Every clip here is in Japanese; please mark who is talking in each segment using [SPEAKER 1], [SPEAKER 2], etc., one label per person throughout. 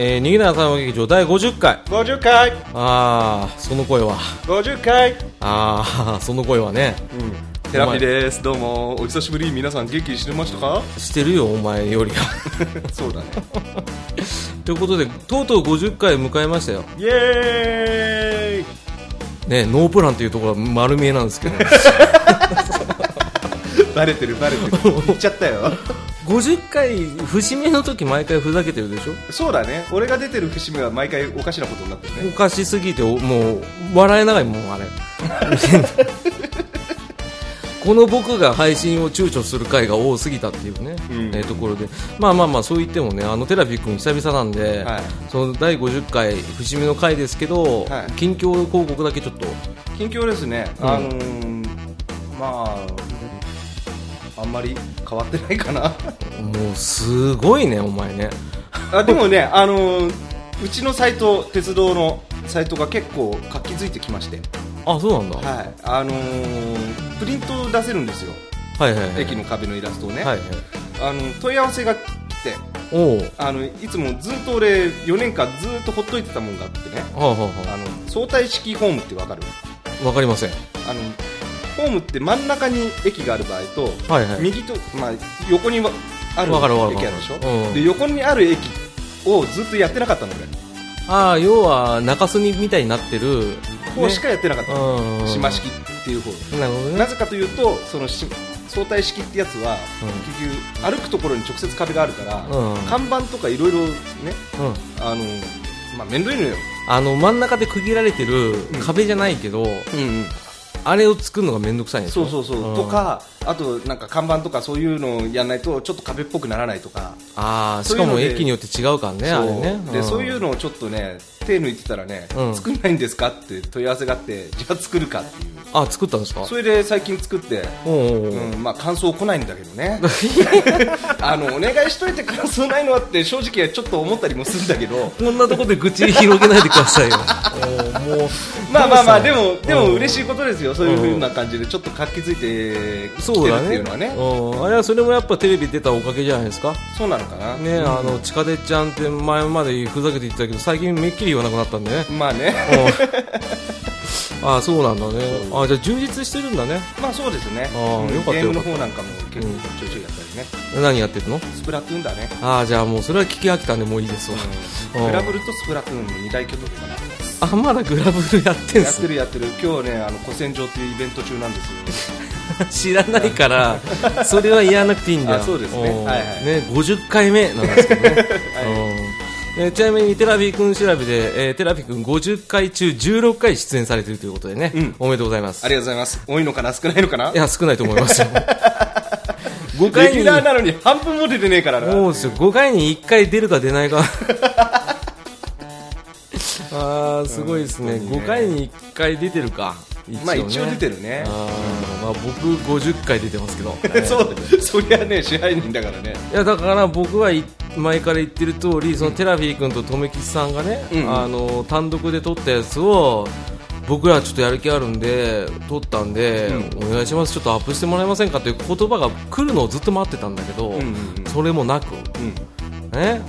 [SPEAKER 1] えー、逃げない朝の劇場第50回
[SPEAKER 2] 50回
[SPEAKER 1] ああその声は
[SPEAKER 2] 50回
[SPEAKER 1] ああ その声はね
[SPEAKER 3] テラピーですどうもお久しぶり皆さん元気にしてましたか
[SPEAKER 1] してるよお前よりが
[SPEAKER 3] そうだね
[SPEAKER 1] ということでとうとう50回迎えましたよ
[SPEAKER 2] イエーイ
[SPEAKER 1] ねノープランというところは丸見えなんですけど
[SPEAKER 3] バレてるバレて る
[SPEAKER 2] 言っちゃったよ
[SPEAKER 1] 50回節目の時毎回ふざけてるでしょ
[SPEAKER 3] そうだね俺が出てる節目は毎回おかしなことになってる
[SPEAKER 1] お
[SPEAKER 3] ね
[SPEAKER 1] かしすぎておもう笑えないも んあれこの僕が配信を躊躇する回が多すぎたっていうね、
[SPEAKER 3] うん
[SPEAKER 1] えーところでまあまあまあそう言ってもねあのテラビー君久々なんで、
[SPEAKER 3] はい
[SPEAKER 1] その第50回節目の回ですけど、
[SPEAKER 3] はい
[SPEAKER 1] 近況報告だけちょっと
[SPEAKER 3] 近況ですね、
[SPEAKER 1] うん
[SPEAKER 3] あのー、まああんまり変わってないかな
[SPEAKER 1] もうすごいねお前ね
[SPEAKER 3] あでもねあのー、うちのサイト鉄道のサイトが結構活気づいてきまして
[SPEAKER 1] あそうなんだ、
[SPEAKER 3] はいあのー、プリントを出せるんですよ
[SPEAKER 1] はい、はいはいはい
[SPEAKER 3] 駅の壁のイラストをね、
[SPEAKER 1] はいはい
[SPEAKER 3] あの問い合わせが来て
[SPEAKER 1] おう
[SPEAKER 3] あのいつもずっと俺4年間ずっとほっといてたもんがあってね
[SPEAKER 1] はあ、はあ
[SPEAKER 3] あ
[SPEAKER 1] は
[SPEAKER 3] の相対式ホームってわかる
[SPEAKER 1] あ、わかりません
[SPEAKER 3] あのホームって真ん中に駅がある場合と、
[SPEAKER 1] はいはい
[SPEAKER 3] 右と、まあ、横にはある
[SPEAKER 1] わかるわかる
[SPEAKER 3] 駅あるでしょ、
[SPEAKER 1] うん
[SPEAKER 3] で横にある駅をずっとやってなかったの俺
[SPEAKER 1] ああ要は中洲にみたいになってる
[SPEAKER 3] こうしかやってなかったの、
[SPEAKER 1] うん
[SPEAKER 3] 島式っていう方
[SPEAKER 1] なるほどね
[SPEAKER 3] なぜかというとそのし相対式ってやつは、結局歩くところに直接壁があるから、
[SPEAKER 1] うん
[SPEAKER 3] 看板とかいろいろね
[SPEAKER 1] うん、
[SPEAKER 3] あの、まあ、面倒いのよ、
[SPEAKER 1] あの真ん中で区切られてる
[SPEAKER 3] ん
[SPEAKER 1] 壁じゃないけど、
[SPEAKER 3] うんうん、
[SPEAKER 1] あれを作るのが面倒くさいんです
[SPEAKER 3] そ
[SPEAKER 1] よ
[SPEAKER 3] うそうそう、
[SPEAKER 1] うん
[SPEAKER 3] とかあとなんか看板とかそういうのをやらないとちょっと壁っぽくならないとか、
[SPEAKER 1] ああし
[SPEAKER 3] そうい
[SPEAKER 1] か
[SPEAKER 3] うの
[SPEAKER 1] も
[SPEAKER 3] で
[SPEAKER 1] 駅によって違うからねあれね、
[SPEAKER 3] そうでそういう
[SPEAKER 1] の
[SPEAKER 3] のをちょっとね手抜いてたらね、
[SPEAKER 1] うん
[SPEAKER 3] 作んないんですかって問い合わせがあってじゃあ作るかっていう
[SPEAKER 1] あ作ったんですか
[SPEAKER 3] それで最近作って、
[SPEAKER 1] おうおうおう
[SPEAKER 3] うんまあ、感想来ないんだけど ねあのお願いしといて感想ないのはって正直ちょっと思ったりもするんだけど
[SPEAKER 1] こんなとこで愚痴広げないでくださ いよおうもう
[SPEAKER 3] まあまあまあで
[SPEAKER 1] どう
[SPEAKER 3] も
[SPEAKER 1] したの
[SPEAKER 3] でも
[SPEAKER 1] うん
[SPEAKER 3] 嬉しいことですよそういうふうな感じでちょっと活気づいてき
[SPEAKER 1] そ
[SPEAKER 3] て
[SPEAKER 1] う
[SPEAKER 3] る
[SPEAKER 1] だ
[SPEAKER 3] って
[SPEAKER 1] ね
[SPEAKER 3] いうのはねそ
[SPEAKER 1] う
[SPEAKER 3] う
[SPEAKER 1] ん、あれはそれもやっぱテレビ出たおかげじゃないですか
[SPEAKER 3] なのかな、
[SPEAKER 1] ね、あの地下鉄ちゃんって前までふざけて言ってたけど最近めっきり言わなくなったんでね
[SPEAKER 3] まあね
[SPEAKER 1] うんあそうなんだねあじゃあ充実してるんだね
[SPEAKER 3] まあそうですね、
[SPEAKER 1] あー
[SPEAKER 3] うん
[SPEAKER 1] よかった
[SPEAKER 3] ゲーム
[SPEAKER 1] よ
[SPEAKER 3] の
[SPEAKER 1] か
[SPEAKER 3] 方なんかも結構ちょいちょいやったりね、
[SPEAKER 1] 何やってるの
[SPEAKER 3] スプラトゥーンだね、
[SPEAKER 1] ああじゃあもうそれは聞き飽きたんでもういいですわ、
[SPEAKER 3] う、
[SPEAKER 1] うんん
[SPEAKER 3] グラブルとスプラトゥーンの2大巨頭かな、
[SPEAKER 1] あまだグラブルやってん
[SPEAKER 3] やっ
[SPEAKER 1] す
[SPEAKER 3] てるやってる、今日ね、あの古戦場っていうイベント中なんですよ、
[SPEAKER 1] 知らないからそれは言わなくていいんだよ
[SPEAKER 3] あそうですね
[SPEAKER 1] うん
[SPEAKER 3] はいはい
[SPEAKER 1] ね50回目なんですけどね、うんえちなみにテラビー君調べで、えーテラビー君50回中16回出演されてるということでね、
[SPEAKER 3] うん
[SPEAKER 1] おめでとうございます
[SPEAKER 3] ありがとうございます、多いのかな、少ないのかな、
[SPEAKER 1] いや少ないと思いますよ 5
[SPEAKER 3] レ
[SPEAKER 1] 回
[SPEAKER 3] ギ
[SPEAKER 1] に
[SPEAKER 3] ュラーなのに半分も出てねえからな、
[SPEAKER 1] そうですよ5回に1回出るか出ない かあーすごいですね、
[SPEAKER 3] うん
[SPEAKER 1] 5回に1回出てるか一
[SPEAKER 3] まあ一応出てる
[SPEAKER 1] あ
[SPEAKER 3] ね、
[SPEAKER 1] ーまあ、僕50回出てますけど
[SPEAKER 3] そうそりゃね、支配人だからね、
[SPEAKER 1] いやだから僕はい前から言ってる通りそのテラフィー君と留吉さんがね、
[SPEAKER 3] うん
[SPEAKER 1] あの単独で撮ったやつを僕らちょっとやる気あるんで撮ったんで、お願いしますちょっとアップしてもらえませんかという言葉が来るのをずっと待ってたんだけど、
[SPEAKER 3] うんうんうん
[SPEAKER 1] それもなく、
[SPEAKER 3] うん、
[SPEAKER 1] ね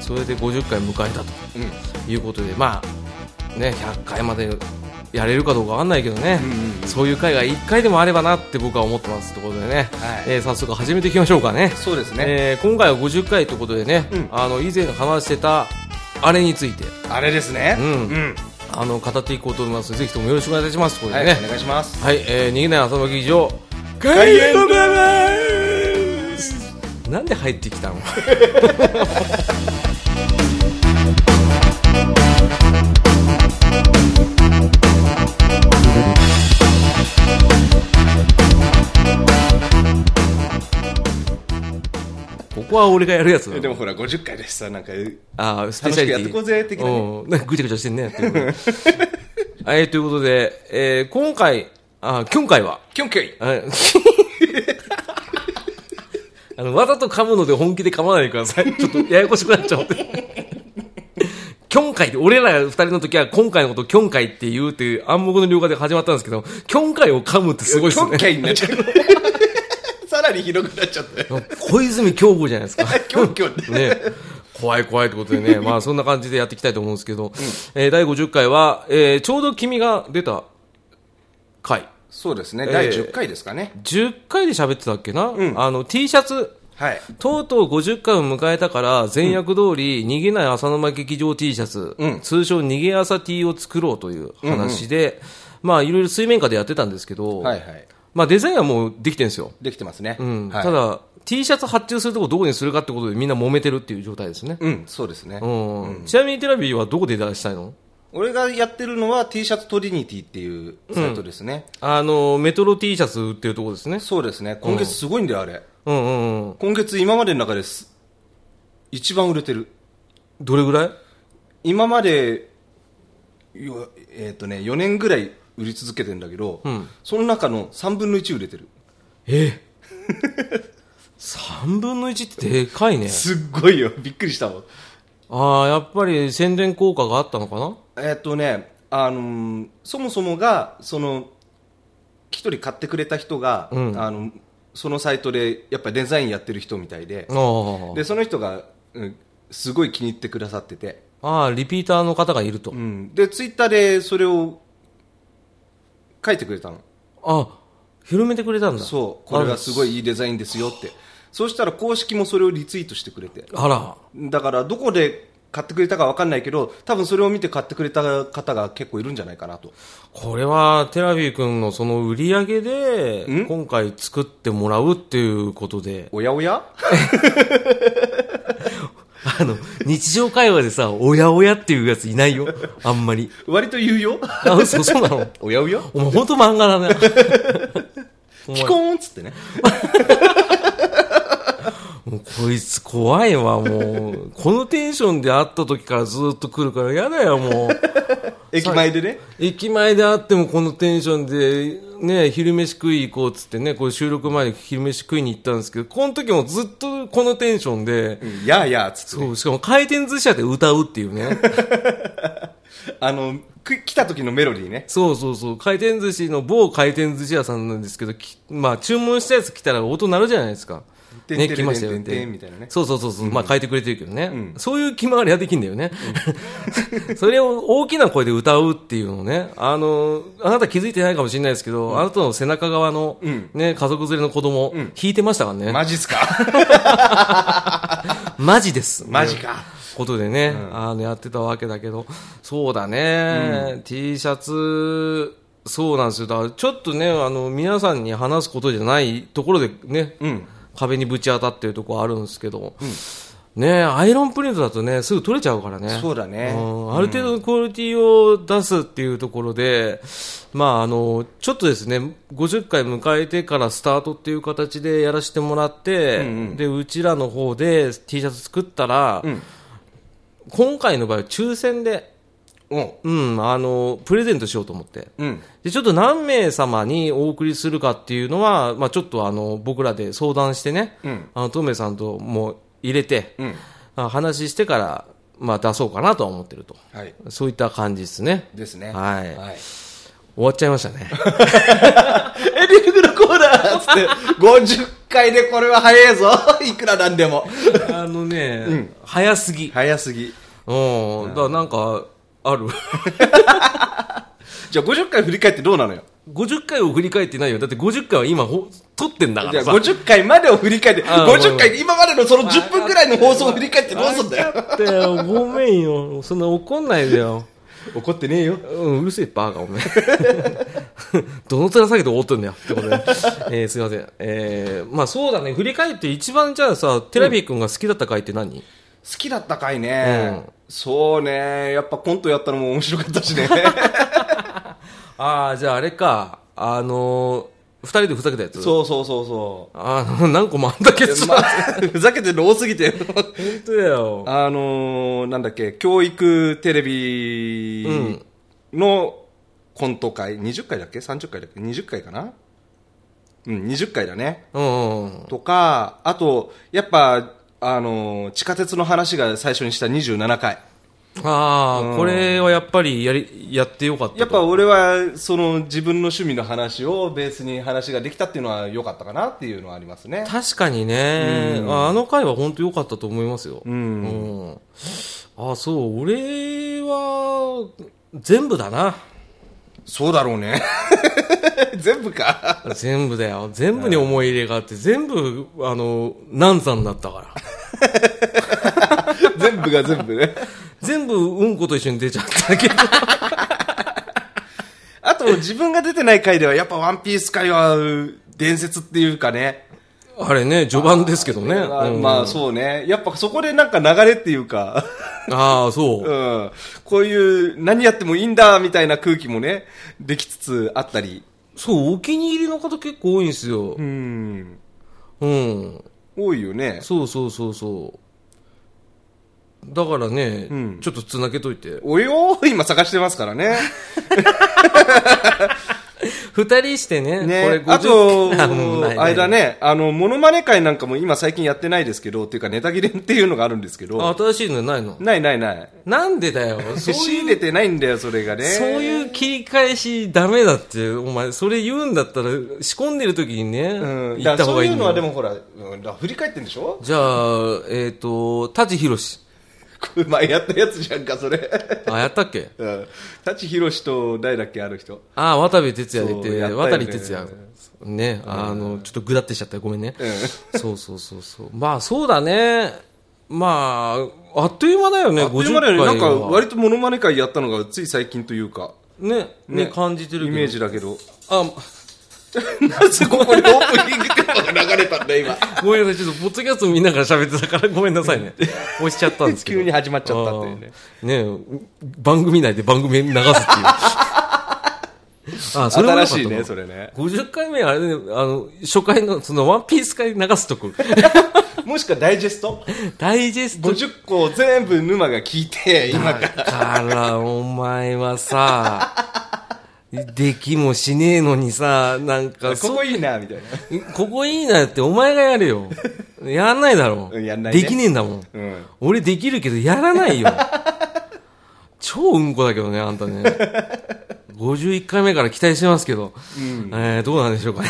[SPEAKER 1] それで50回迎えたと
[SPEAKER 3] うん、うん、
[SPEAKER 1] いうことでまあね100回までやれるかどうかわかんないけどね、
[SPEAKER 3] うんうん
[SPEAKER 1] そういう回が1回でもあればなって僕は思ってますということでね、
[SPEAKER 3] はい
[SPEAKER 1] えー早速始めていきましょうかね。
[SPEAKER 3] そうですね、
[SPEAKER 1] えー今回は50回ということでね、
[SPEAKER 3] うん
[SPEAKER 1] あの以前話してたあれについて
[SPEAKER 3] あれですね、
[SPEAKER 1] うん
[SPEAKER 3] うん、
[SPEAKER 1] あの語っていこうと思いますのでぜひともよろしくお願いいたしますというこ
[SPEAKER 3] は
[SPEAKER 1] と
[SPEAKER 3] い、
[SPEAKER 1] で
[SPEAKER 3] お
[SPEAKER 1] ね
[SPEAKER 3] 願いします。
[SPEAKER 1] はい、えー逃げない朝の劇場
[SPEAKER 3] 開演でござい
[SPEAKER 1] なんで入ってきたのここは俺がやるやつだ
[SPEAKER 3] でもほら、50回でさ、なんか、
[SPEAKER 1] ああ、スペシャリティ。
[SPEAKER 3] 楽しくやってこうぜ的なね
[SPEAKER 1] うん。なんかぐちゃぐちゃしてんね。っていうことで はい、ということで、えー今回、あ、今回は、
[SPEAKER 3] キョンキョイ
[SPEAKER 1] あ あの、わざと噛むので本気で噛まないでください。ちょっとややこしくなっちゃうんで。今回で、俺ら二人の時は今回のことを今回って言うっていう暗黙の了解で始まったんですけど、今回を噛むってすごいで
[SPEAKER 3] キ
[SPEAKER 1] す
[SPEAKER 3] ョン
[SPEAKER 1] ね
[SPEAKER 3] キ。ョイになっちゃ う。さらにひどくなっちゃったよ。
[SPEAKER 1] 小泉京子じゃないですか。
[SPEAKER 3] キョンキョンって。
[SPEAKER 1] ね、怖い怖いってことでね、まあそんな感じでやっていきたいと思うんですけど、えー第50回は、えーちょうど君が出た回、
[SPEAKER 3] そうですね、
[SPEAKER 1] えー
[SPEAKER 3] 第10回ですかね。
[SPEAKER 1] 10回で喋ってたっけな、あの T シャツ、
[SPEAKER 3] はい。
[SPEAKER 1] とうとう50回を迎えたから、前役通り、逃げない浅沼劇場 T シャツ、通称逃げ朝 T を作ろうという話で、まあいろいろ水面下でやってたんですけど、
[SPEAKER 3] はいはい。
[SPEAKER 1] まあデザインはもうできてるんですよ。
[SPEAKER 3] できてますね。
[SPEAKER 1] うん
[SPEAKER 3] はい、
[SPEAKER 1] た、だ、T シャツ発注するとこどこにするかってことでみんな揉めてるっていう状態ですね。
[SPEAKER 3] うん、そうですね。
[SPEAKER 1] うんちなみにテラビはどこで出したいの
[SPEAKER 3] 俺がやってるのは T シャツトリニティっていうサイトですね。
[SPEAKER 1] あの、メトロ T シャツ売ってるとこですね。
[SPEAKER 3] そうですね。今月すごいんだよ、あれ。
[SPEAKER 1] うんうんうん。
[SPEAKER 3] 今月今までの中です。一番売れてる。
[SPEAKER 1] どれぐらい
[SPEAKER 3] 今まで、よえっ、とね、4年ぐらい売り続けてんだけど、その中の3分の1売れてる。
[SPEAKER 1] え 3分の1ってでかいね。
[SPEAKER 3] すっごいよ。びっくりしたわ。
[SPEAKER 1] ああ、やっぱり宣伝効果があったのかな
[SPEAKER 3] えっとね、あのーそもそもが、その、一人買ってくれた人が、あの、そのサイトで、やっぱりデザインやってる人みたいで、
[SPEAKER 1] あ
[SPEAKER 3] で、その人が、うん、すごい気に入ってくださってて、
[SPEAKER 1] ああー、リピーターの方がいると。
[SPEAKER 3] うん。で、ツイッターでそれを書いてくれたの。
[SPEAKER 1] あ、広めてくれたんだ。
[SPEAKER 3] そう、これがすごいいいデザインですよって。そうしたら公式もそれをリツイートしてくれて。
[SPEAKER 1] あら。
[SPEAKER 3] だから、どこで買ってくれたかわかんないけど、多分それを見て買ってくれた方が結構いるんじゃないかなと。
[SPEAKER 1] これは、テラビー君のその売り上げで、今回作ってもらうっていうことで、
[SPEAKER 3] おやおや
[SPEAKER 1] あの、日常会話でさ、おやおやっていうやついないよ。あんまり。
[SPEAKER 3] 割と言うよ。
[SPEAKER 1] あ、嘘、そうなの
[SPEAKER 3] おやおや
[SPEAKER 1] お前ほんと漫画だね。
[SPEAKER 3] ピコーンっつってね。
[SPEAKER 1] もうこいつ怖いわ、もう。このテンションで会った時からずっと来るから嫌だよ、もう。
[SPEAKER 3] 駅前でね。
[SPEAKER 1] 駅前で会ってもこのテンションで、ね、昼飯食い行こうっつってね、こう収録前に昼飯食いに行ったんですけど、この時もずっとこのテンションで、
[SPEAKER 3] うんやあやあっつって。
[SPEAKER 1] そう、しかも回転寿司屋で歌うっていうね。
[SPEAKER 3] あの、く来た時のメロディーね。
[SPEAKER 1] そうそうそう。回転寿司の某回転寿司屋さんなんですけど、きまあ、注文したやつ来たら音鳴るじゃないですか。
[SPEAKER 3] てん
[SPEAKER 1] ね、
[SPEAKER 3] てれ
[SPEAKER 1] 来ましたよ
[SPEAKER 3] て
[SPEAKER 1] っ
[SPEAKER 3] んてんて
[SPEAKER 1] て
[SPEAKER 3] んみたいなね。
[SPEAKER 1] そうそうそうそう。まあ、変えてくれてるけどね。そういう気回りはできんだよ ね。それを大きな声で歌うっていうのをね。あの、あなた気づいてないかもしれないですけど、あなたの背中側の、ね、家族連れの子供、弾いてましたからね。
[SPEAKER 3] マジっすか
[SPEAKER 1] マジです。
[SPEAKER 3] マジか。
[SPEAKER 1] ことでね、あのやってたわけだけど、そうだね、T シャツ、そうなんですよ、だからちょっとね、あの皆さんに話すことじゃないところでね、壁にぶち当たってるところあるんですけど、ね、アイロンプリントだとね、すぐ取れちゃうからね。
[SPEAKER 3] そうだね
[SPEAKER 1] うんある程度のクオリティを出すっていうところで、まあ、あの、ちょっとですね、50回迎えてからスタートっていう形でやらせてもらって、で、うちらの方で T シャツ作ったら、今回の場合は抽選で、
[SPEAKER 3] うん。
[SPEAKER 1] うん、あの、プレゼントしようと思って。
[SPEAKER 3] うん。
[SPEAKER 1] で、ちょっと何名様にお送りするかっていうのは、まあちょっとあの、僕らで相談してね、
[SPEAKER 3] ん
[SPEAKER 1] あの、トメさんとも入れて、
[SPEAKER 3] うん。
[SPEAKER 1] あ話してから、まあ出そうかなとは思ってると。
[SPEAKER 3] はい。
[SPEAKER 1] そういった感じですね。
[SPEAKER 3] ですね。
[SPEAKER 1] はい
[SPEAKER 3] はい。
[SPEAKER 1] 終わっちゃいましたね。
[SPEAKER 3] エリングのコーナーっつって、50回でこれは早いぞ。 いくらなんでも。
[SPEAKER 1] あのね、早すぎ。
[SPEAKER 3] 早すぎ。
[SPEAKER 1] うん。だからなんか、あ る。
[SPEAKER 3] じゃあ50回振り返ってどうなのよ。
[SPEAKER 1] 50回を振り返ってないよ。だって50回は今ほ、撮ってんだか
[SPEAKER 3] じゃ
[SPEAKER 1] らさ。
[SPEAKER 3] あ50回までを振り返って、
[SPEAKER 1] あごめん
[SPEAKER 3] 50回、今までのその10分ぐらいの放送を振り返ってどうすんだよ。
[SPEAKER 1] だ よごめんよ。そんな怒んないでよ。
[SPEAKER 3] 怒ってねえよ。
[SPEAKER 1] うん、うるせえ、バカ、お前。 どの面下げて覆ってんだよ、って ことで。えー、すいません。えー、まあそうだね、振り返って一番じゃあさ、テラビー君が好きだった回って何、
[SPEAKER 3] 好きだったかいね、
[SPEAKER 1] う
[SPEAKER 3] そうねやっぱコントやったのも面白かったしね
[SPEAKER 1] ああ、じゃああれか、あのー、二人でふざけたやつう。
[SPEAKER 3] そうそうそうそ
[SPEAKER 1] あの、 何個もあんだけど
[SPEAKER 3] う、
[SPEAKER 1] さ。
[SPEAKER 3] まあ、 ふざけてるの多すぎて
[SPEAKER 1] 本当だよ。
[SPEAKER 3] あのー、なんだっけ教育テレビのコント会20回だっけ30回だっけ20回かなうん20回だね
[SPEAKER 1] うんうん。
[SPEAKER 3] とかあとやっぱあのー地下鉄の話が最初にした27回
[SPEAKER 1] ああ、
[SPEAKER 3] うん
[SPEAKER 1] これはやっぱりやり、やってよかったと。
[SPEAKER 3] やっぱ俺はその自分の趣味の話をベースに話ができたっていうのは良かったかなっていうのはありますね。
[SPEAKER 1] 確かにね、ああの回は本当良かったと思いますよ。
[SPEAKER 3] ん
[SPEAKER 1] うんあ、そう、俺は、全部だな。
[SPEAKER 3] そうだろうね。 全部 か。
[SPEAKER 1] 全部だよ。全部に思い入れがあって、全部、あの、難産だったから。
[SPEAKER 3] 全部が全部ね。
[SPEAKER 1] 全部、うんこと一緒に出ちゃったけど。
[SPEAKER 3] あと自分が出てない回ではやっぱワンピース回は伝説っていうかね。
[SPEAKER 1] あれね、序盤ですけどね。うん
[SPEAKER 3] まあそうね。やっぱそこでなんか流れっていう か、
[SPEAKER 1] ああ、そう。
[SPEAKER 3] うん。こういう何やってもいいんだみたいな空気もね、できつつあったり。
[SPEAKER 1] そう、お気に入りの方結構多いんですよ
[SPEAKER 3] う。ん。
[SPEAKER 1] うん。
[SPEAKER 3] 多いよね。
[SPEAKER 1] そうそうそうそう。だからね、
[SPEAKER 3] ん
[SPEAKER 1] ちょっとつなげといて。
[SPEAKER 3] およー今探してますからね。
[SPEAKER 1] 二人してね、これ
[SPEAKER 3] ね
[SPEAKER 1] 50、
[SPEAKER 3] あと、
[SPEAKER 1] あもうない
[SPEAKER 3] あれだ。ね、あの、モノマネ会なんかも今最近やってないですけど、っていうかネタ切れっていうのがあるんですけ
[SPEAKER 1] あ
[SPEAKER 3] ど、
[SPEAKER 1] 新しいのないの
[SPEAKER 3] ないないない。
[SPEAKER 1] なんでだよ。そう
[SPEAKER 3] 仕入
[SPEAKER 1] い
[SPEAKER 3] れ
[SPEAKER 1] う、
[SPEAKER 3] てないんだよ、それがね。
[SPEAKER 1] そういう切り返しダメだって、お前、それ言うんだったら、仕込んでる時にね、
[SPEAKER 3] うん。
[SPEAKER 1] 言
[SPEAKER 3] だ
[SPEAKER 1] っ
[SPEAKER 3] か
[SPEAKER 1] た方
[SPEAKER 3] らそ
[SPEAKER 1] が
[SPEAKER 3] う
[SPEAKER 1] い
[SPEAKER 3] い
[SPEAKER 1] いうの
[SPEAKER 3] のはでもほら、うんだから振り返ってんでしょ
[SPEAKER 1] じゃあ、えっ、と、舘ひろし。
[SPEAKER 3] 前やったやつじゃんか、それ。
[SPEAKER 1] あ、やったっけ
[SPEAKER 3] うん。舘ひろしと誰だっけ、ある人。
[SPEAKER 1] あ、渡部哲也出
[SPEAKER 3] そう
[SPEAKER 1] て、
[SPEAKER 3] やったよね
[SPEAKER 1] 渡り哲也。ね、あの、ちょっとぐだってしちゃったごめんね。そうそうそうそう。まあ、そうだね。まあ、あっという間だよね、
[SPEAKER 3] あ
[SPEAKER 1] 50
[SPEAKER 3] っ
[SPEAKER 1] 回は。
[SPEAKER 3] という間だよねなんか割とモノマネ会やったのがつい最近というか、
[SPEAKER 1] ね、ね、感じてるけ
[SPEAKER 3] イ
[SPEAKER 1] ど。
[SPEAKER 3] メージだけど。
[SPEAKER 1] あ、
[SPEAKER 3] なぜここにオープニングテーマが流れたんだ、今。
[SPEAKER 1] ごめんなさい、ちょっと、ポッドキャスト見ながら喋ってたから、ごめんなさい ね。押しちゃったんですけど。
[SPEAKER 3] 急に始まっちゃったっていうね
[SPEAKER 1] あー。ね番組内で番組流すっていう。 あー、それも良か
[SPEAKER 3] 新
[SPEAKER 1] ったな
[SPEAKER 3] しいね、それね。
[SPEAKER 1] 50回目、あれね、あの、初回の、その、ワンピース回流すとこ、
[SPEAKER 3] もしくはダイジェスト
[SPEAKER 1] ダイジェスト
[SPEAKER 3] ?50 個を全部沼が聞いて、今から。
[SPEAKER 1] から、お前はさ、できもしねえのにさ、なんか、
[SPEAKER 3] こ
[SPEAKER 1] そう
[SPEAKER 3] こいいな、みたいな。
[SPEAKER 1] ここいいなってお前がやるよ。やんないだろ。
[SPEAKER 3] うんやんないね
[SPEAKER 1] できねえんだもん。
[SPEAKER 3] うん
[SPEAKER 1] 俺できるけどやらないよ。超うんこだけどね、あんたね。51回目から期待してますけど、えーどうなんでしょうかね。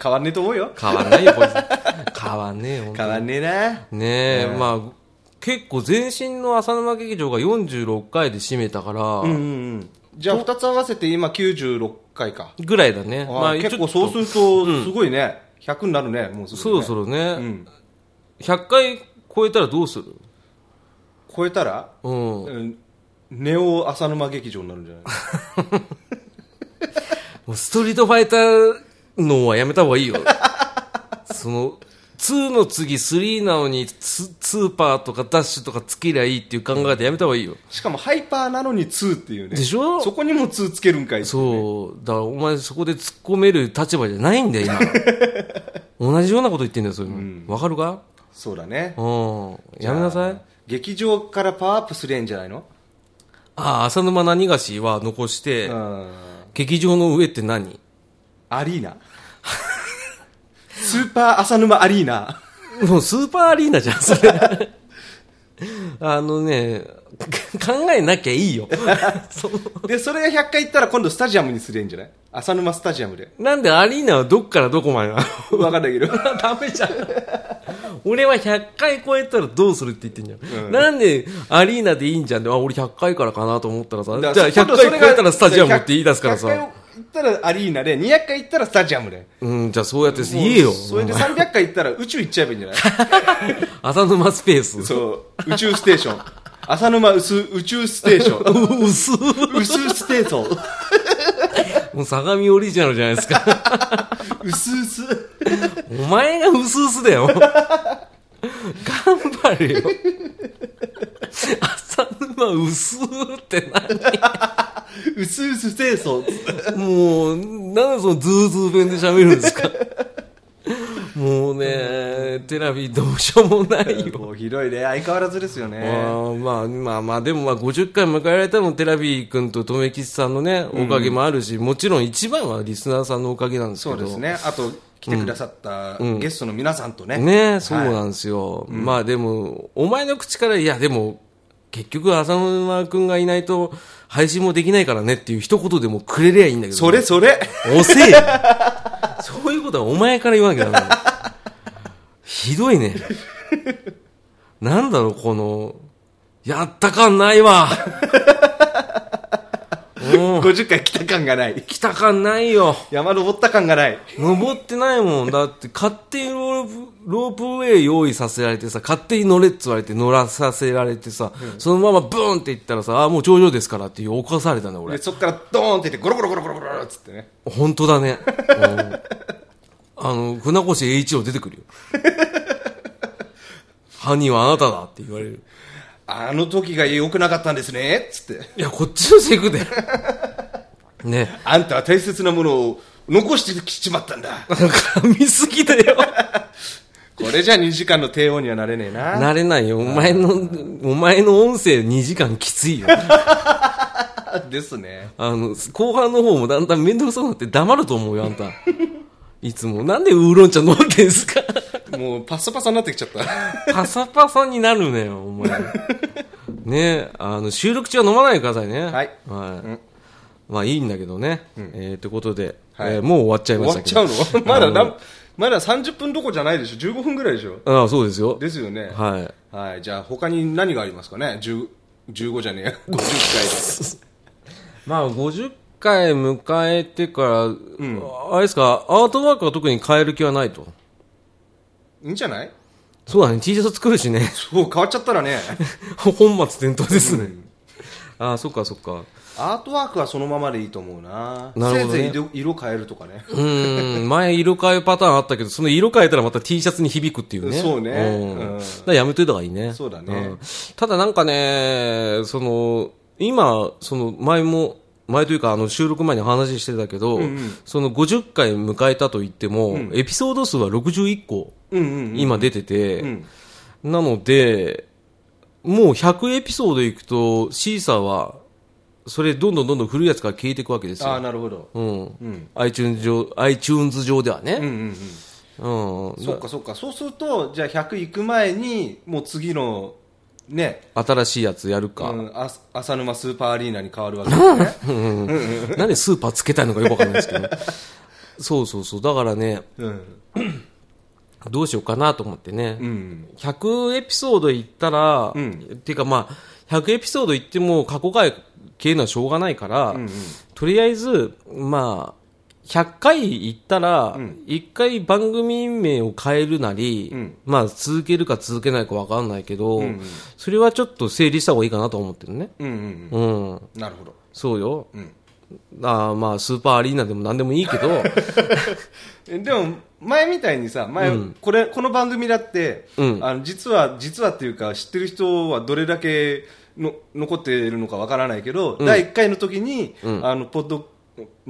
[SPEAKER 3] 変わんねえと思うよ。
[SPEAKER 1] 変わんないよ、こいつ。変わんねえよ、ほんと
[SPEAKER 3] 変わんねえな。
[SPEAKER 1] ねえ、まあ、結構前身の浅沼劇場が46回で締めたから、
[SPEAKER 3] うんうん。じゃあ2つ合わせて今96回か。
[SPEAKER 1] ぐらいだね。
[SPEAKER 3] まあ
[SPEAKER 1] ちょっ
[SPEAKER 3] 結
[SPEAKER 1] と
[SPEAKER 3] 構そうすると、すごいね。100になるね、もうすぐね。
[SPEAKER 1] そろそろね、
[SPEAKER 3] ん
[SPEAKER 1] 100回超えたらどうする
[SPEAKER 3] 超えたら、
[SPEAKER 1] うん。
[SPEAKER 3] うんネオ浅沼劇場になるんじゃ ない
[SPEAKER 1] もうストリートファイターのはやめた方がいい よ。その、2の次3なのに、ツツーパーとかダッシュとかつけりゃいいっていう考え方やめた方がいいよ。
[SPEAKER 3] しかもハイパーなのに2っていうね。
[SPEAKER 1] でしょ
[SPEAKER 3] そこにも2つけるんかい。
[SPEAKER 1] そう。だからお前そこで突っ込める立場じゃないんだよ、 今。同じようなこと言ってんだよ、それも。わ、かるか
[SPEAKER 3] そうだね。
[SPEAKER 1] うん。やめなさい。
[SPEAKER 3] 劇場からパワーアップすりゃいいんじゃないの
[SPEAKER 1] ああ、浅沼何がしは残して、
[SPEAKER 3] うん。
[SPEAKER 1] 劇場の上って何
[SPEAKER 3] アリーナ。スーパー浅沼アリーナ。
[SPEAKER 1] もうスーパーアリーナじゃん、それ。 あのね、 か考えなきゃいいよ。 その
[SPEAKER 3] で、それが100回行ったら今度スタジアムにすりゃいいんじゃない浅沼スタジアムで。
[SPEAKER 1] なんでアリーナはどっからどこまでなの
[SPEAKER 3] わかんないけど。
[SPEAKER 1] ダメじゃん。俺は100回超えたらどうするって言ってんじゃん。なんでアリーナでいいんじゃんあ、俺100回からかなと思ったらさ、じゃあ100回超えたらスタジアムって言い出すから
[SPEAKER 3] 100回行
[SPEAKER 1] さ。
[SPEAKER 3] ったらアリーナで、200回行ったらスタジアムで。
[SPEAKER 1] うん、じゃあそうやって言えよ。
[SPEAKER 3] それで300回行ったら宇宙行っちゃえばいいんじゃない
[SPEAKER 1] 浅沼スペース。
[SPEAKER 3] そう。宇宙ステーション。浅沼薄宇宙ステーショ ン。
[SPEAKER 1] 薄っ
[SPEAKER 3] 薄ステーション。
[SPEAKER 1] もう相模オリジナルじゃないです か。
[SPEAKER 3] 薄々。
[SPEAKER 1] お前が薄々だよ。頑張れよ。浅沼薄って
[SPEAKER 3] 薄々ステーショ
[SPEAKER 1] 何もう、
[SPEAKER 3] ン。
[SPEAKER 1] なんでそのズーズー弁で喋るんですかもうね、テラビどうしようもないよ。
[SPEAKER 3] もうひどいね。相変わらずですよ
[SPEAKER 1] あ
[SPEAKER 3] ね。
[SPEAKER 1] ーまあまあまあ、でもまあ50回迎えられたのもテラビー君ととめきちさんのね、おかげもあるし、もちろん一番はリスナーさんのおかげなんですけ
[SPEAKER 3] そ
[SPEAKER 1] ど。
[SPEAKER 3] うですね。あと、来てくださったゲストの皆さんとね。
[SPEAKER 1] ねそうなんですよ。まあでも、お前の口から、いやでも、結局、浅沼くんがいないと、配信もできないからねっていう一言でもくれりゃいいんだけど。
[SPEAKER 3] それそれ
[SPEAKER 1] 遅えよ そういうことはお前から言わなきゃダメだよひどいね。なんだろう、この、やった感ない わ。もう、
[SPEAKER 3] 50回来た感がない。
[SPEAKER 1] 来た感ないよ。
[SPEAKER 3] 山登った感がない。
[SPEAKER 1] 登ってないもん。だって、勝手にロープ、ロープウェイ用意させられてさ、勝手に乗れっつわれて乗らさせられてさ、そのままブーンって行ったらさ、あ、もう頂上ですからって起こされたんだ、俺
[SPEAKER 3] で。そっからドーンって言ってゴロゴロゴロゴロゴロっつってね。
[SPEAKER 1] 本当だね。うんあの、船越英一郎出てくるよ。犯人はあなただって言われる。
[SPEAKER 3] あの時が良くなかったんですねっつって。
[SPEAKER 1] いや、こっちのセリフだよ。ね。
[SPEAKER 3] あんたは大切なものを残してきちまったんだ。
[SPEAKER 1] なんか、見すぎだよ。
[SPEAKER 3] これじゃ2時間の帝王にはなれねえな。
[SPEAKER 1] なれないよ。お前の、お前の音声2時間きついよ。
[SPEAKER 3] ですね。
[SPEAKER 1] あの、後半の方もだんだんめんどくさくなって黙ると思うよ、あんた。 いつも。なんでウーロン茶飲んでんすか
[SPEAKER 3] もうパッサパサになってきち ゃった。
[SPEAKER 1] パサパサになるねよ、お前。ねあの、収録中は飲まないでくださいね。
[SPEAKER 3] はい
[SPEAKER 1] はい。
[SPEAKER 3] ん
[SPEAKER 1] まあいいんだけどね。えー、ということで、
[SPEAKER 3] はい
[SPEAKER 1] えーもう終わっちゃい
[SPEAKER 3] 終
[SPEAKER 1] まし
[SPEAKER 3] わ
[SPEAKER 1] た
[SPEAKER 3] っ
[SPEAKER 1] け
[SPEAKER 3] ち
[SPEAKER 1] ど。
[SPEAKER 3] ゃうの まだ
[SPEAKER 1] あ
[SPEAKER 3] な、まだ30分どころじゃないでしょ ?15 分ぐらいでしょ
[SPEAKER 1] ああ、そうですよ。
[SPEAKER 3] ですよね。
[SPEAKER 1] はい。
[SPEAKER 3] はい。じゃあ他に何がありますかね10 ?15 じゃねえや。50回
[SPEAKER 1] まあ、50回迎えてから、あれですか、アートワークは特に変える気はないと。
[SPEAKER 3] で。いいんじゃない
[SPEAKER 1] そうだね、T シャツ作るしね。
[SPEAKER 3] そう、変わっちゃった らね。
[SPEAKER 1] 本末転倒ですね。ああ、そっかそっか。
[SPEAKER 3] アートワークはそのままでいいと思うな。
[SPEAKER 1] なるほどね
[SPEAKER 3] せいぜい色色変えるとかね。
[SPEAKER 1] うーん、前色変えパターンあったけど、その色変えたらまた T シャツに響くっていうね。
[SPEAKER 3] そうね
[SPEAKER 1] ん
[SPEAKER 3] うん
[SPEAKER 1] だからやめといた方がいいね。
[SPEAKER 3] そうだね
[SPEAKER 1] んただなんかね、その、今、その前も、前というかあの収録前に話してたけど、その50回迎えたと言っても、エピソード数は61個、
[SPEAKER 3] うんうん。
[SPEAKER 1] 今出てて、
[SPEAKER 3] ん
[SPEAKER 1] なので、もう100エピソードいくと、シーサーは、それどんどんどんどん古いやつから消えていくわけですよ
[SPEAKER 3] あ。あ、なるほど。
[SPEAKER 1] うん。iTunes 上、iTunes 上では
[SPEAKER 3] うんう
[SPEAKER 1] ね。
[SPEAKER 3] んうん。
[SPEAKER 1] うん。
[SPEAKER 3] そっかそっか。そうすると、じゃあ100行く前に、もう次の、ね、
[SPEAKER 1] 新しいやつやるか。
[SPEAKER 3] うん、あ浅沼スーパーアリーナに変わるわけです ね。
[SPEAKER 1] なんでスーパーつけたいのかよくわかんないです けど。そうそうそう。だからね、
[SPEAKER 3] うん。
[SPEAKER 1] どうしようかなと思ってね。
[SPEAKER 3] うん。
[SPEAKER 1] 100エピソードいったら、
[SPEAKER 3] ん
[SPEAKER 1] っていうかまあ、100エピソードいっても過去回消えるのはしょうがないから、とりあえず、まあ、100回行ったら、1回番組名を変えるなり、
[SPEAKER 3] ん
[SPEAKER 1] まあ続けるか続けないかわかんないけど、
[SPEAKER 3] ん
[SPEAKER 1] それはちょっと整理した方がいいかなと思ってるね。
[SPEAKER 3] うんうん
[SPEAKER 1] うん。
[SPEAKER 3] うん。なるほど。
[SPEAKER 1] そうよ。
[SPEAKER 3] うん
[SPEAKER 1] あーまあ、スーパーアリーナでも何でもいいけど、
[SPEAKER 3] えでも、前みたいにさ、前、これ、この番組だって、
[SPEAKER 1] うん
[SPEAKER 3] あの、実は、実はっていうか、知ってる人はどれだけの、残っているのかわからないけど、第1回の時に、あの、ポッド、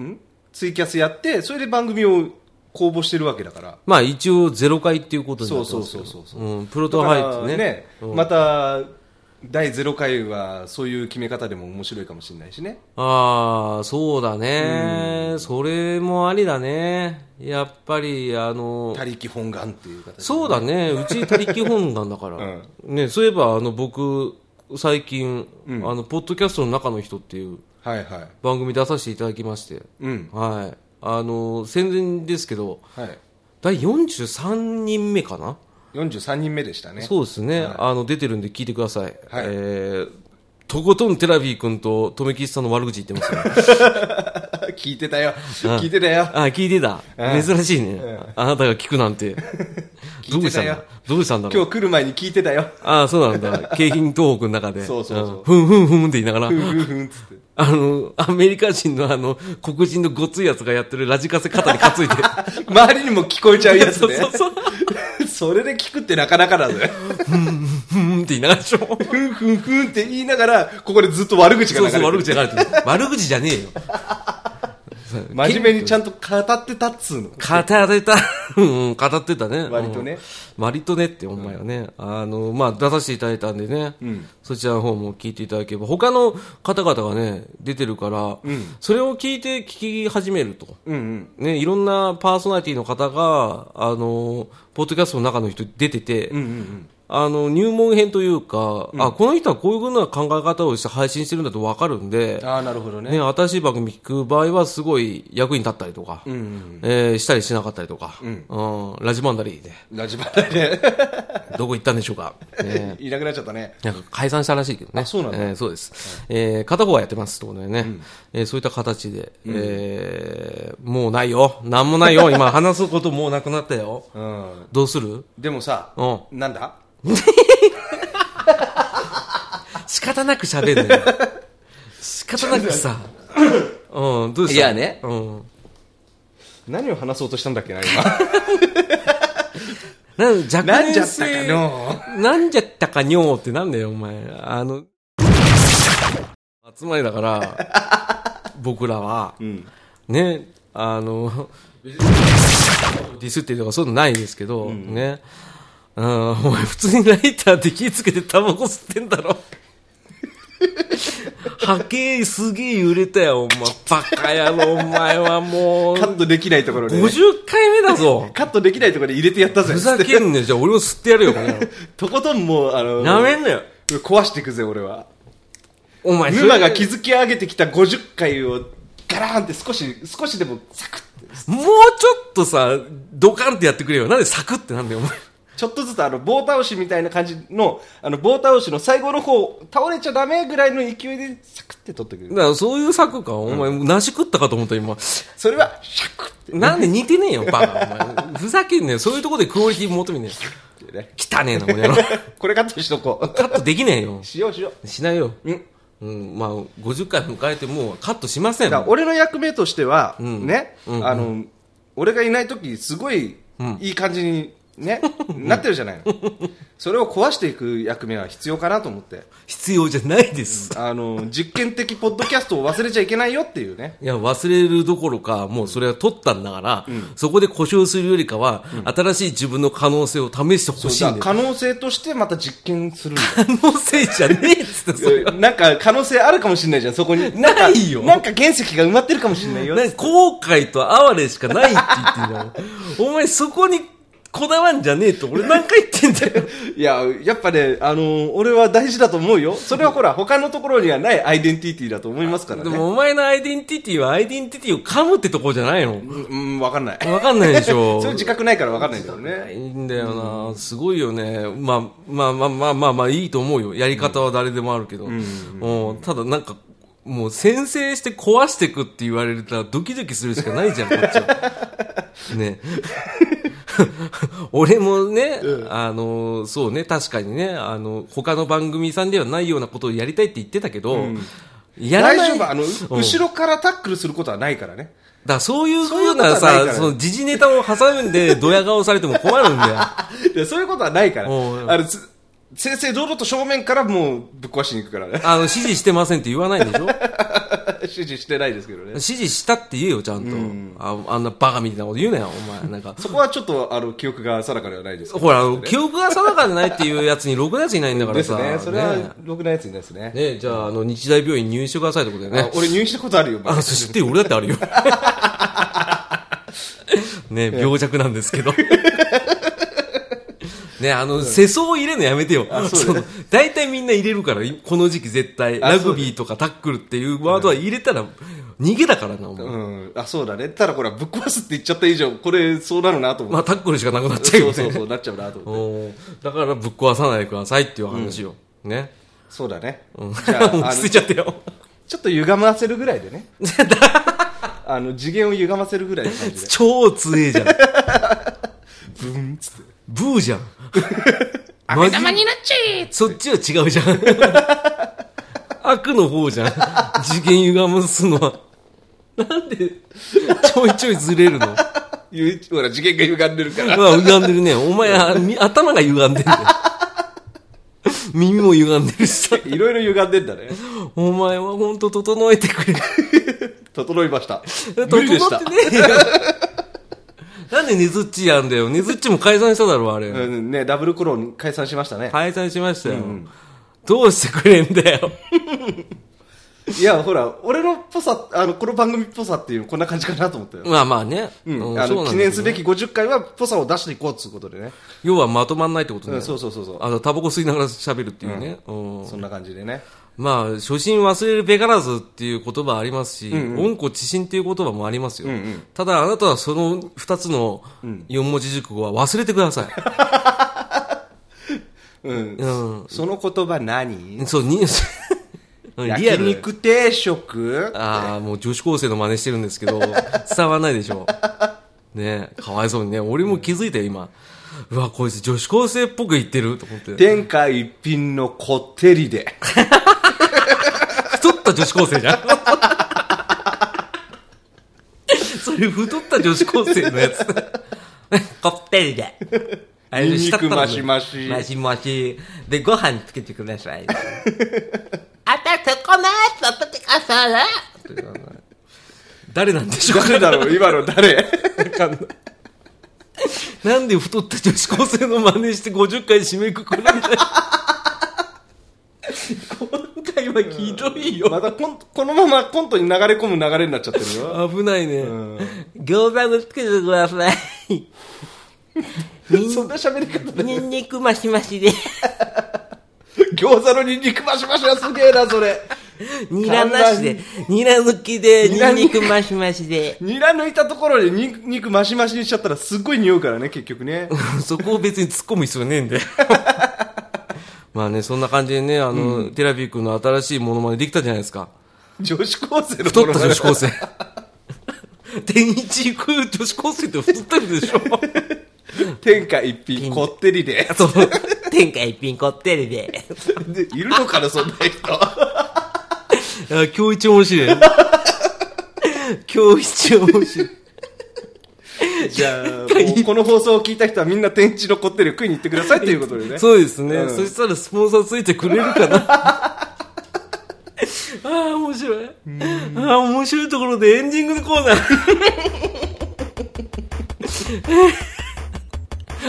[SPEAKER 3] んツイキャスやって、それで番組を公募してるわけだから。
[SPEAKER 1] まあ一応ゼロ回っていうことになってますけど
[SPEAKER 3] そうそうそうそう
[SPEAKER 1] うん、プロ
[SPEAKER 3] だ
[SPEAKER 1] ト
[SPEAKER 3] か
[SPEAKER 1] タイ
[SPEAKER 3] ら
[SPEAKER 1] プね。
[SPEAKER 3] ね、また、第0回は、そういう決め方でも面白いかもしれないしね。
[SPEAKER 1] ああ、そうだね、それもありだね。やっぱり、あの、
[SPEAKER 3] 他力本願っていう形で
[SPEAKER 1] そうだ ね。うち、他力本願だから。ね、そういえば、あの、僕、最近、あの、ポッドキャストの中の人っていう
[SPEAKER 3] はいはい。
[SPEAKER 1] 番組出させていただきまして、
[SPEAKER 3] うん。
[SPEAKER 1] はい。あの、戦前ですけど、
[SPEAKER 3] はい。
[SPEAKER 1] 第43人目かな、
[SPEAKER 3] 43人目でしたね。
[SPEAKER 1] そうですね。あの、出てるんで聞いてください。
[SPEAKER 3] はい
[SPEAKER 1] えー、とことんテラビー君と、とめきちさんの悪口言ってます から。
[SPEAKER 3] 聞いてたよ。聞いてたよ。
[SPEAKER 1] あ、聞いてた。珍しいね。あなたが聞くなんて。ど
[SPEAKER 3] 聞いうて
[SPEAKER 1] した
[SPEAKER 3] た
[SPEAKER 1] ん
[SPEAKER 3] よ
[SPEAKER 1] だどうしたんだろ
[SPEAKER 3] 今
[SPEAKER 1] う。
[SPEAKER 3] 日来る前に聞いてたよ。
[SPEAKER 1] あそうなんだ。京浜東北の中で。
[SPEAKER 3] そうそうそうん
[SPEAKER 1] ふんふんふんって言いなが
[SPEAKER 3] ふ
[SPEAKER 1] ら、
[SPEAKER 3] んふんふんっつって。
[SPEAKER 1] あの、アメリカ人のあの、黒人のごついやつがやってるラジカセ肩に担 いで。
[SPEAKER 3] 周りにも聞こえちゃうやつ
[SPEAKER 1] そう
[SPEAKER 3] ね。
[SPEAKER 1] そうそう。
[SPEAKER 3] それで聞くってなかなかだぜ。
[SPEAKER 1] ふんって言いながらでしょ。
[SPEAKER 3] ふんふんふんって言いながら、ここでずっと悪口が
[SPEAKER 1] そ
[SPEAKER 3] 流
[SPEAKER 1] う
[SPEAKER 3] れて
[SPEAKER 1] そう、
[SPEAKER 3] る。
[SPEAKER 1] 悪口が流れてる。悪口じゃねえよ。
[SPEAKER 3] 真面目にちゃんと語ってたっつうの。
[SPEAKER 1] 語ってた。うん、語ってたね。
[SPEAKER 3] 割とね
[SPEAKER 1] うん。割とねって、お前はね。あの、まあ、出させていただいたんでね。そちらの方も聞いていただければ。他の方々がね、出てるから、それを聞いて聞き始めると。
[SPEAKER 3] うんうん。
[SPEAKER 1] ね、いろんなパーソナリティの方が、あの、ポッドキャストの中の人出てて、あの、入門編というか、あ、この人はこういうふうな考え方をして配信してるんだとわかるんで、
[SPEAKER 3] ああ、なるほどね。
[SPEAKER 1] ね、新しい番組聞く場合はすごい役に立ったりとか、えーしたりしなかったりとか、うんラジバンダリーで、
[SPEAKER 3] ラジバラで
[SPEAKER 1] どこ行ったんでしょう か。ね
[SPEAKER 3] いなくなっちゃったね。
[SPEAKER 1] なんか解散したらしいけどね。
[SPEAKER 3] あそうなんだ
[SPEAKER 1] えーそうです。えー片方はやってますってことでね。えーそういった形で、えーもうないよ。なんもない よ。今話すこともうなくなったよ。
[SPEAKER 3] うん。
[SPEAKER 1] どうする
[SPEAKER 3] でもさ、
[SPEAKER 1] うん
[SPEAKER 3] なんだ
[SPEAKER 1] 仕方なく喋るの よ。仕方なくさ。うん、どうした
[SPEAKER 3] いやね
[SPEAKER 1] うん。
[SPEAKER 3] 何を話そうとしたんだっけな、 今。
[SPEAKER 1] なん若
[SPEAKER 3] な
[SPEAKER 1] 年
[SPEAKER 3] んじゃったか
[SPEAKER 1] 性
[SPEAKER 3] の
[SPEAKER 1] なんじゃったかにょーってなんだよ、お前。あの、集まりだから、 僕らは、ね、あの、ディスってるとかそういうのないですけど、ね。うん、お前普通にライターで気つけてタバコ吸ってんだろ。 波形すげえ揺れたよ、お前。バカ野郎、お前はもう。
[SPEAKER 3] カットできないところで。
[SPEAKER 1] 50回目だぞ。
[SPEAKER 3] カットできないところで入れてやったぜ。
[SPEAKER 1] ふざけんねじゃあ俺も吸ってやるよ、これ。
[SPEAKER 3] とことんもう、あの、
[SPEAKER 1] やめんなよ。
[SPEAKER 3] 壊していくぜ、俺は。
[SPEAKER 1] お前、それ
[SPEAKER 3] 沼が築き上げてきた50回を、ガラーンって少し、少しでも、サクッて、
[SPEAKER 1] もうちょっとさ、ドカンってやってくれよ。なんでサクってなんだよ、お前。
[SPEAKER 3] ちょっとずつあの棒倒しみたいな感じの、あの棒倒しの最後の方、倒れちゃダメぐらいの勢いで、サクって取ってく
[SPEAKER 1] だ
[SPEAKER 3] る。
[SPEAKER 1] からそういう策か。お前、なし食ったかと思った、今。
[SPEAKER 3] それは、シャクっ
[SPEAKER 1] なんで似て ねえよ、バカ。お前、ふざけんなよ。そういうとこでクオリティ求めね
[SPEAKER 3] てね。
[SPEAKER 1] え。汚ねえな、これ。
[SPEAKER 3] これカットしとこ
[SPEAKER 1] カットできねえよ
[SPEAKER 3] う。。しようしよう。
[SPEAKER 1] しないよ。
[SPEAKER 3] うん
[SPEAKER 1] うん、まあ、50回迎えてもうカットしません。
[SPEAKER 3] だから俺の役目としては、
[SPEAKER 1] ん
[SPEAKER 3] ね、あの、俺がいない時すごい、いい感じに、ね、なってるじゃないの。それを壊していく役目は必要かなと思って。
[SPEAKER 1] 必要じゃないです。
[SPEAKER 3] あの、実験的ポッドキャストを忘れちゃいけないよっていうね。
[SPEAKER 1] いや、忘れるどころか、もうそれは取ったんだから、そこで故障するよりかは、新しい自分の可能性を試してほしい
[SPEAKER 3] だ
[SPEAKER 1] んだよ。
[SPEAKER 3] 可能性としてまた実験するん だよ
[SPEAKER 1] 可能性じゃねえっつって、それは。
[SPEAKER 3] なんか可能性あるかもしれないじゃん、そこに。んか
[SPEAKER 1] ないよ
[SPEAKER 3] なんか原石が埋まってるかもしれないよ。
[SPEAKER 1] なんか後悔と哀れしかないって言ってんだよ。お前そこにこだわんじゃねえと俺何回言ってんだよ。
[SPEAKER 3] いや、やっぱね、あのー俺は大事だと思うよ。それはほら、他のところにはないアイデンティティだと思いますから
[SPEAKER 1] で
[SPEAKER 3] ね。
[SPEAKER 1] もお前のアイデンティティはアイデンティティを噛むってとこじゃないの
[SPEAKER 3] うんうん、わかんない。
[SPEAKER 1] わかんないでしょ。
[SPEAKER 3] それ自覚ないからわかんないんだよ
[SPEAKER 1] い
[SPEAKER 3] ね。
[SPEAKER 1] いんだよな、すごいよね、まあ、まあまあまあまあまあいいと思うよやり方は誰でもあるけど、うんただなんかもう先制して壊していくって言われたらドキドキするしかないじゃんこっち はね 俺もね、あのそうね確かにねあの他の番組さんではないようなことをやりたいって言ってたけど、やら
[SPEAKER 3] 大
[SPEAKER 1] ない
[SPEAKER 3] 丈夫、あの、
[SPEAKER 1] うん
[SPEAKER 3] 後ろからタックルすることはないからね。
[SPEAKER 1] だからそういうふう
[SPEAKER 3] そういう
[SPEAKER 1] な
[SPEAKER 3] ことはないか
[SPEAKER 1] さ、
[SPEAKER 3] ら
[SPEAKER 1] その時事ネタを挟んで、ドヤ顔されても困るんだよ。
[SPEAKER 3] いやそういうことはないから。
[SPEAKER 1] おうおう
[SPEAKER 3] あの、つ正々堂々と正面からもうぶっ壊しに行くからね。
[SPEAKER 1] あの、指示してませんって言わないで しょ
[SPEAKER 3] 指示してないですけどね。
[SPEAKER 1] 指示したって言えよ、ちゃんと。ああんなバカみたいなこと言うなよ、お前。なんか。
[SPEAKER 3] そこはちょっと、あの、記憶が定かではないですけど
[SPEAKER 1] ほら、記憶が定かでないっていうやつにろくなやついないんだか
[SPEAKER 3] で
[SPEAKER 1] ら
[SPEAKER 3] す
[SPEAKER 1] さ。
[SPEAKER 3] ね。それ
[SPEAKER 1] ね
[SPEAKER 3] は、ろくなやつにないですね。
[SPEAKER 1] ねじゃあ、あの、日大病院入院してくださいってことだよ
[SPEAKER 3] あ
[SPEAKER 1] ね。
[SPEAKER 3] 俺入院したことあるよ、
[SPEAKER 1] あの、そ知ってる俺だって あるよ。ね病弱なんですけ ど。ねあの、世相を入れるのやめてよ。その大体みんな入れるから、いこの時期絶対。
[SPEAKER 3] あ
[SPEAKER 1] ラグビーとかタックルっていうワードは入れたら、逃げだからな、お前。
[SPEAKER 3] うん、あそうだね、ただこれ、ぶっ壊すって言っちゃった以上、これ、そうなるなと思
[SPEAKER 1] ま
[SPEAKER 3] っ、
[SPEAKER 1] あ、タックルしかなくなってちゃうよ
[SPEAKER 3] そ
[SPEAKER 1] ね。
[SPEAKER 3] うそうそう、なっちゃうなと思って、
[SPEAKER 1] おーだからぶっ壊さないでくださいっていう話よ。ね。
[SPEAKER 3] そうだね、じゃあ
[SPEAKER 1] 落
[SPEAKER 3] あ
[SPEAKER 1] ち
[SPEAKER 3] の
[SPEAKER 1] 着いちゃったよ。
[SPEAKER 3] ちょっと歪ませるぐらいでね、あの次元を歪ませるぐらいの感じで、
[SPEAKER 1] 超強えじゃん。
[SPEAKER 3] ブーンっつって、
[SPEAKER 1] ブーじゃん。悪玉になっちゃえそっちは違うじゃん。悪の方じゃん。次元歪ますのは。なんで、ちょいちょいずれるのうわ、
[SPEAKER 3] ゆほら、次元が歪んでるから、
[SPEAKER 1] 歪んでるね。お前、あみ頭が歪んでるね。 耳も歪んでるしさ。
[SPEAKER 3] いろいろ歪んでんだね、
[SPEAKER 1] お前はほんと整えてくれ。
[SPEAKER 3] 整いました、
[SPEAKER 1] 整
[SPEAKER 3] 無
[SPEAKER 1] っ
[SPEAKER 3] 理
[SPEAKER 1] て
[SPEAKER 3] で
[SPEAKER 1] ね
[SPEAKER 3] した、
[SPEAKER 1] えよ。なんでネズッチやんだよ。ネズッチも解散しただろ、あれ。
[SPEAKER 3] うんね、ダブルコロン解散しましたね、
[SPEAKER 1] 解散しましたよ。どうしてくれんだよ。
[SPEAKER 3] いや、ほら、俺のっぽさ、あの、この番組っぽさっていうのこんな感じかなと思ったよ。
[SPEAKER 1] まあまあね。
[SPEAKER 3] うん。
[SPEAKER 1] うん
[SPEAKER 3] あ
[SPEAKER 1] そう
[SPEAKER 3] の、
[SPEAKER 1] なんだけどね
[SPEAKER 3] 記念すべき50回は、っぽさを出していこうっていうことでね。
[SPEAKER 1] 要はまとまんないってことね。
[SPEAKER 3] うんそうそうそうそう
[SPEAKER 1] あの、タバコ吸いながら喋るっていうね。うん
[SPEAKER 3] そんな感じでね。
[SPEAKER 1] まあ、初心忘れるべからずっていう言葉ありますし、温故知新っていう言葉もありますよ。ただ、あなたはその2つの4文字熟語は忘れてくださ
[SPEAKER 3] うん
[SPEAKER 1] い。。うん。
[SPEAKER 3] その言葉何
[SPEAKER 1] そう、に、リア
[SPEAKER 3] 焼
[SPEAKER 1] ル。
[SPEAKER 3] 肉定食
[SPEAKER 1] ああ、もう女子高生の真似してるんですけ ど、伝わらないでしょ。ねえかわいそうにね。俺も気づいたよ、今。うわ、こいつ女子高生っぽく言ってると思って。
[SPEAKER 3] 天下一品のこってりで。
[SPEAKER 1] 太った女子高生じゃ ん。それ太った女子高生のやつ。こってりで。あれ
[SPEAKER 3] ニンニ
[SPEAKER 1] 下
[SPEAKER 3] ク
[SPEAKER 1] ったのね
[SPEAKER 3] マシマシ
[SPEAKER 1] マシマシ。で、ご飯つけてください。
[SPEAKER 4] あたそこまでそってください。
[SPEAKER 1] 誰なんでしょうか
[SPEAKER 3] 誰だ ろう今の誰
[SPEAKER 1] なんで太った女子高生の真似して50回締めくくるんだよ。今回はひどいよ。
[SPEAKER 3] またコンこのままコントに流れ込む流れになっちゃってるよ。
[SPEAKER 1] 危ないね。
[SPEAKER 4] 餃子をつけてください。
[SPEAKER 3] そんな喋り方で。
[SPEAKER 4] ニンニクマシ マシで。
[SPEAKER 3] 餃子のニンニクマシマシはすげえな、それ。
[SPEAKER 4] ニラなしで。ニラ抜きで、ニ
[SPEAKER 3] ラ抜
[SPEAKER 4] ン
[SPEAKER 3] き
[SPEAKER 4] ニクマシマシで。
[SPEAKER 3] ニラ抜いたところでニンニクマシマシにしちゃったらすっごい匂うからね、結局ね。
[SPEAKER 1] そこを別に突っ込む必要ねえんで。まあね、そんな感じでね、あの、テラビー君の新しいものまでできたじゃないですか。
[SPEAKER 3] 女子高生の
[SPEAKER 1] 太った
[SPEAKER 3] 頃
[SPEAKER 1] 女子高生。 天一行く女子高生って太ってるでしょ
[SPEAKER 3] 天下一品こってりで。
[SPEAKER 1] そう。
[SPEAKER 4] 天下一品こってりで。
[SPEAKER 3] でいるのかな、そんな 人。
[SPEAKER 1] あ今日一面白い。今日一面白い。
[SPEAKER 3] じゃあ、もうこの放送を聞いた人はみんな天一のこってりを食いに行ってくださいということで ね。
[SPEAKER 1] そうですね、
[SPEAKER 3] うん
[SPEAKER 1] そしたらスポンサーついてくれるかなああ 面白いあ あ面白いところでエンディングのコーナー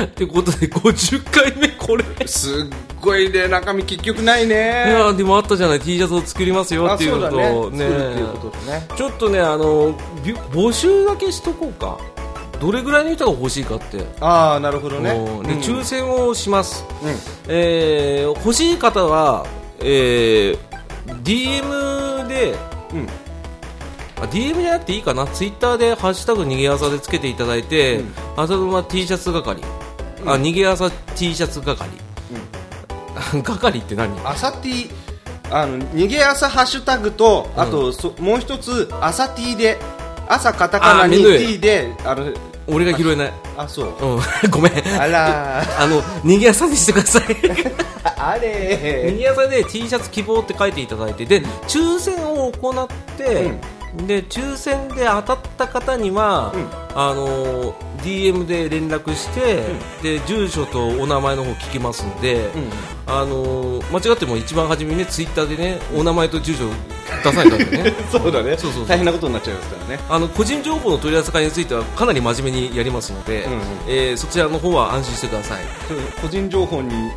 [SPEAKER 1] ってことで50回目これい
[SPEAKER 3] すっごいね、中身結局ないね。
[SPEAKER 1] やでもあったじゃない T シャツを作りますよ
[SPEAKER 3] あ
[SPEAKER 1] っていう
[SPEAKER 3] そう
[SPEAKER 1] の
[SPEAKER 3] だね。
[SPEAKER 1] と
[SPEAKER 3] 作るっていうことでね。
[SPEAKER 1] ちょっとねあのび募集だけしとこうかどれぐらいの人が欲しいかって、
[SPEAKER 3] ああ、なるほどね。
[SPEAKER 1] うんで
[SPEAKER 3] うん
[SPEAKER 1] 抽選をします、えー欲しい方は、えー DM で
[SPEAKER 3] うん。
[SPEAKER 1] あ DM じゃなくていいかなツイッターで「ハッシュタグ逃げ朝」でつけていただいて
[SPEAKER 3] うん
[SPEAKER 1] 「朝、ドラ T シャツ係」あ逃げ朝 T シャツ係」 係って何
[SPEAKER 3] 朝ティあの逃げ朝ハッシュタグと、あとそもう一つ朝ティで朝カタカナに
[SPEAKER 1] あーめんどい
[SPEAKER 3] T であの
[SPEAKER 1] 俺が拾えない、
[SPEAKER 3] あそう
[SPEAKER 1] うん、 ごめん
[SPEAKER 3] あらー
[SPEAKER 1] あの逃げ朝にしてください
[SPEAKER 3] ああれ
[SPEAKER 1] 右朝で T シャツ希望って書いていただいてで抽選を行って、で抽選で当たった方には、あの DM で連絡して、で住所とお名前の方聞きますんで、あの間違っても一番初めにねツイッターでねお名前と住所出さないから ね
[SPEAKER 3] ーそうだね
[SPEAKER 1] そうそうそう
[SPEAKER 3] 大変なことになっちゃいますからね
[SPEAKER 1] あの個人情報の取り扱いについてはかなり真面目にやりますので、
[SPEAKER 3] うんうん
[SPEAKER 1] えーそちらの方は安心してください
[SPEAKER 3] 個人情報に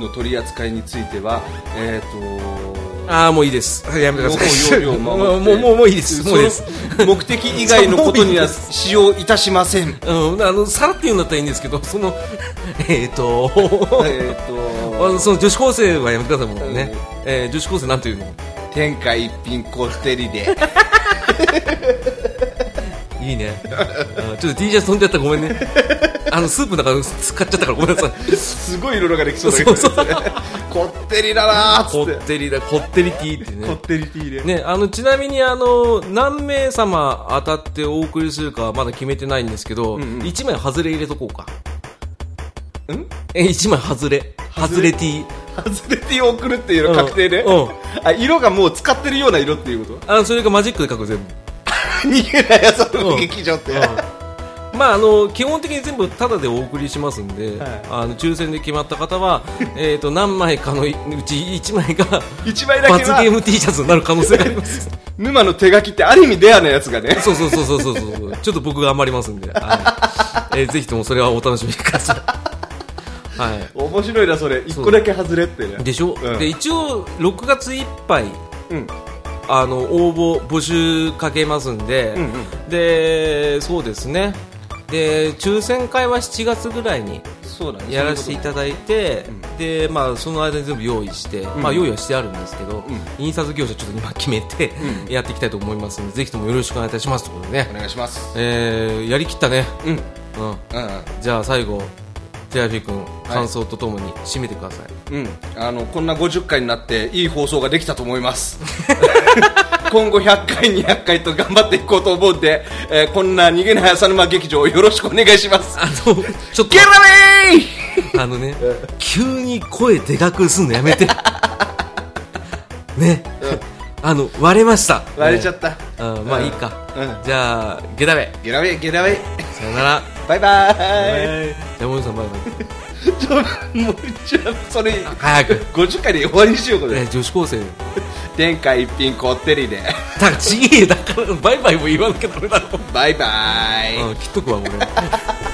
[SPEAKER 3] の取り扱いについてはえっ、と
[SPEAKER 1] ああもういいですはいやめてください
[SPEAKER 3] 情報要領を
[SPEAKER 1] もう
[SPEAKER 3] 守って
[SPEAKER 1] もうもうもういいですもういいです
[SPEAKER 3] その目的以外のこ とには使用いたしません
[SPEAKER 1] うん、あのさらって言うんだったらいいんですけど、 その、えっ、と、
[SPEAKER 3] えっ
[SPEAKER 1] あの
[SPEAKER 3] と
[SPEAKER 1] その女子高生はやめてくださいもんね、えー女子高生なんていうの
[SPEAKER 3] 天下一品こってりで
[SPEAKER 1] いいね。あちょっと T シャツ飛んじゃったらごめんね。 あの、スープの中使っちゃったからごめ んなさい。
[SPEAKER 3] すごい色々ができそうだけど、ね、
[SPEAKER 1] そうそう
[SPEAKER 3] こってりだなーっ
[SPEAKER 1] こ
[SPEAKER 3] つ
[SPEAKER 1] っ
[SPEAKER 3] って
[SPEAKER 1] てりだ、こってりティーって
[SPEAKER 3] こ
[SPEAKER 1] ね
[SPEAKER 3] っ。てりティーで、
[SPEAKER 1] ね、あのちなみにあの何名様当たってお送りするかはまだ決めてないんですけど、一1枚外れ入れとこうか
[SPEAKER 3] ん
[SPEAKER 1] え1枚外れ外れ T
[SPEAKER 3] 外れティーを送るっていうの確定ね、
[SPEAKER 1] うんうん
[SPEAKER 3] あ色がもう使ってるような色っていうこと
[SPEAKER 1] あのそれがマジックで書く全部
[SPEAKER 3] 逃げないやつの
[SPEAKER 1] うん
[SPEAKER 3] 劇場って、
[SPEAKER 1] まああの基本的に全部タダでお送りしますんで、
[SPEAKER 3] はい
[SPEAKER 1] あの抽選で決まった方 はえーと何枚かのうち1枚が
[SPEAKER 3] 一枚だけ
[SPEAKER 1] 罰ゲー
[SPEAKER 3] は
[SPEAKER 1] ム T シャツになる可能性があります
[SPEAKER 3] 沼の手書きってある意味レアなやつがね
[SPEAKER 1] そうそうそうそうそうそうちょっと僕が余りますんで、はいえーぜひともそれはお楽しみください、は
[SPEAKER 3] 面白いなそれ一個だけ外れってね
[SPEAKER 1] い、でしょ、
[SPEAKER 3] うん
[SPEAKER 1] で一応6月いっぱい
[SPEAKER 3] うん
[SPEAKER 1] あの応募募集かけますんで、でそうですねで抽選会は7月ぐらいに
[SPEAKER 3] そうだね
[SPEAKER 1] やらせていただいて、でまあ、その間に全部用意して、まあ、用意はしてあるんですけど、印刷業者ちょっと今決めて、 やっていきたいと思いますのでぜひともよろしくお願いいたしますということでね
[SPEAKER 3] お、願いします
[SPEAKER 1] えーやりきったね、
[SPEAKER 3] うんうん
[SPEAKER 1] うん、じゃあ最後テラフィ君感想とともに締めてくださ い、
[SPEAKER 3] うんあのこんな50回になっていい放送ができたと思います 今後100回200回と頑張っていこうと思うんで、えーこんな逃げない浅沼劇場をよろしくお願いします
[SPEAKER 1] あのちょっと
[SPEAKER 3] ゲラメイ
[SPEAKER 1] あのね、急に声でかくすんのやめ て。ね。あの、割れました。
[SPEAKER 3] 割れちゃった
[SPEAKER 1] た。うん、まあいいか。
[SPEAKER 3] う
[SPEAKER 1] じゃあ、ゲダメ。
[SPEAKER 3] ゲラウェイゲラウェイ
[SPEAKER 1] さよなら。
[SPEAKER 3] バイバーイ
[SPEAKER 1] じゃあ、森さんバイバイ。
[SPEAKER 3] ちょもう一応それ
[SPEAKER 1] 早く。
[SPEAKER 3] 50回で終わりにしようこれ
[SPEAKER 1] ね女子高生。
[SPEAKER 3] 天下一品こってりで
[SPEAKER 1] だから、ちげえよだから、バイバイも言わなきゃダメだろ。
[SPEAKER 3] バイバー
[SPEAKER 1] う
[SPEAKER 3] イ
[SPEAKER 1] ん、切っとくわ、俺。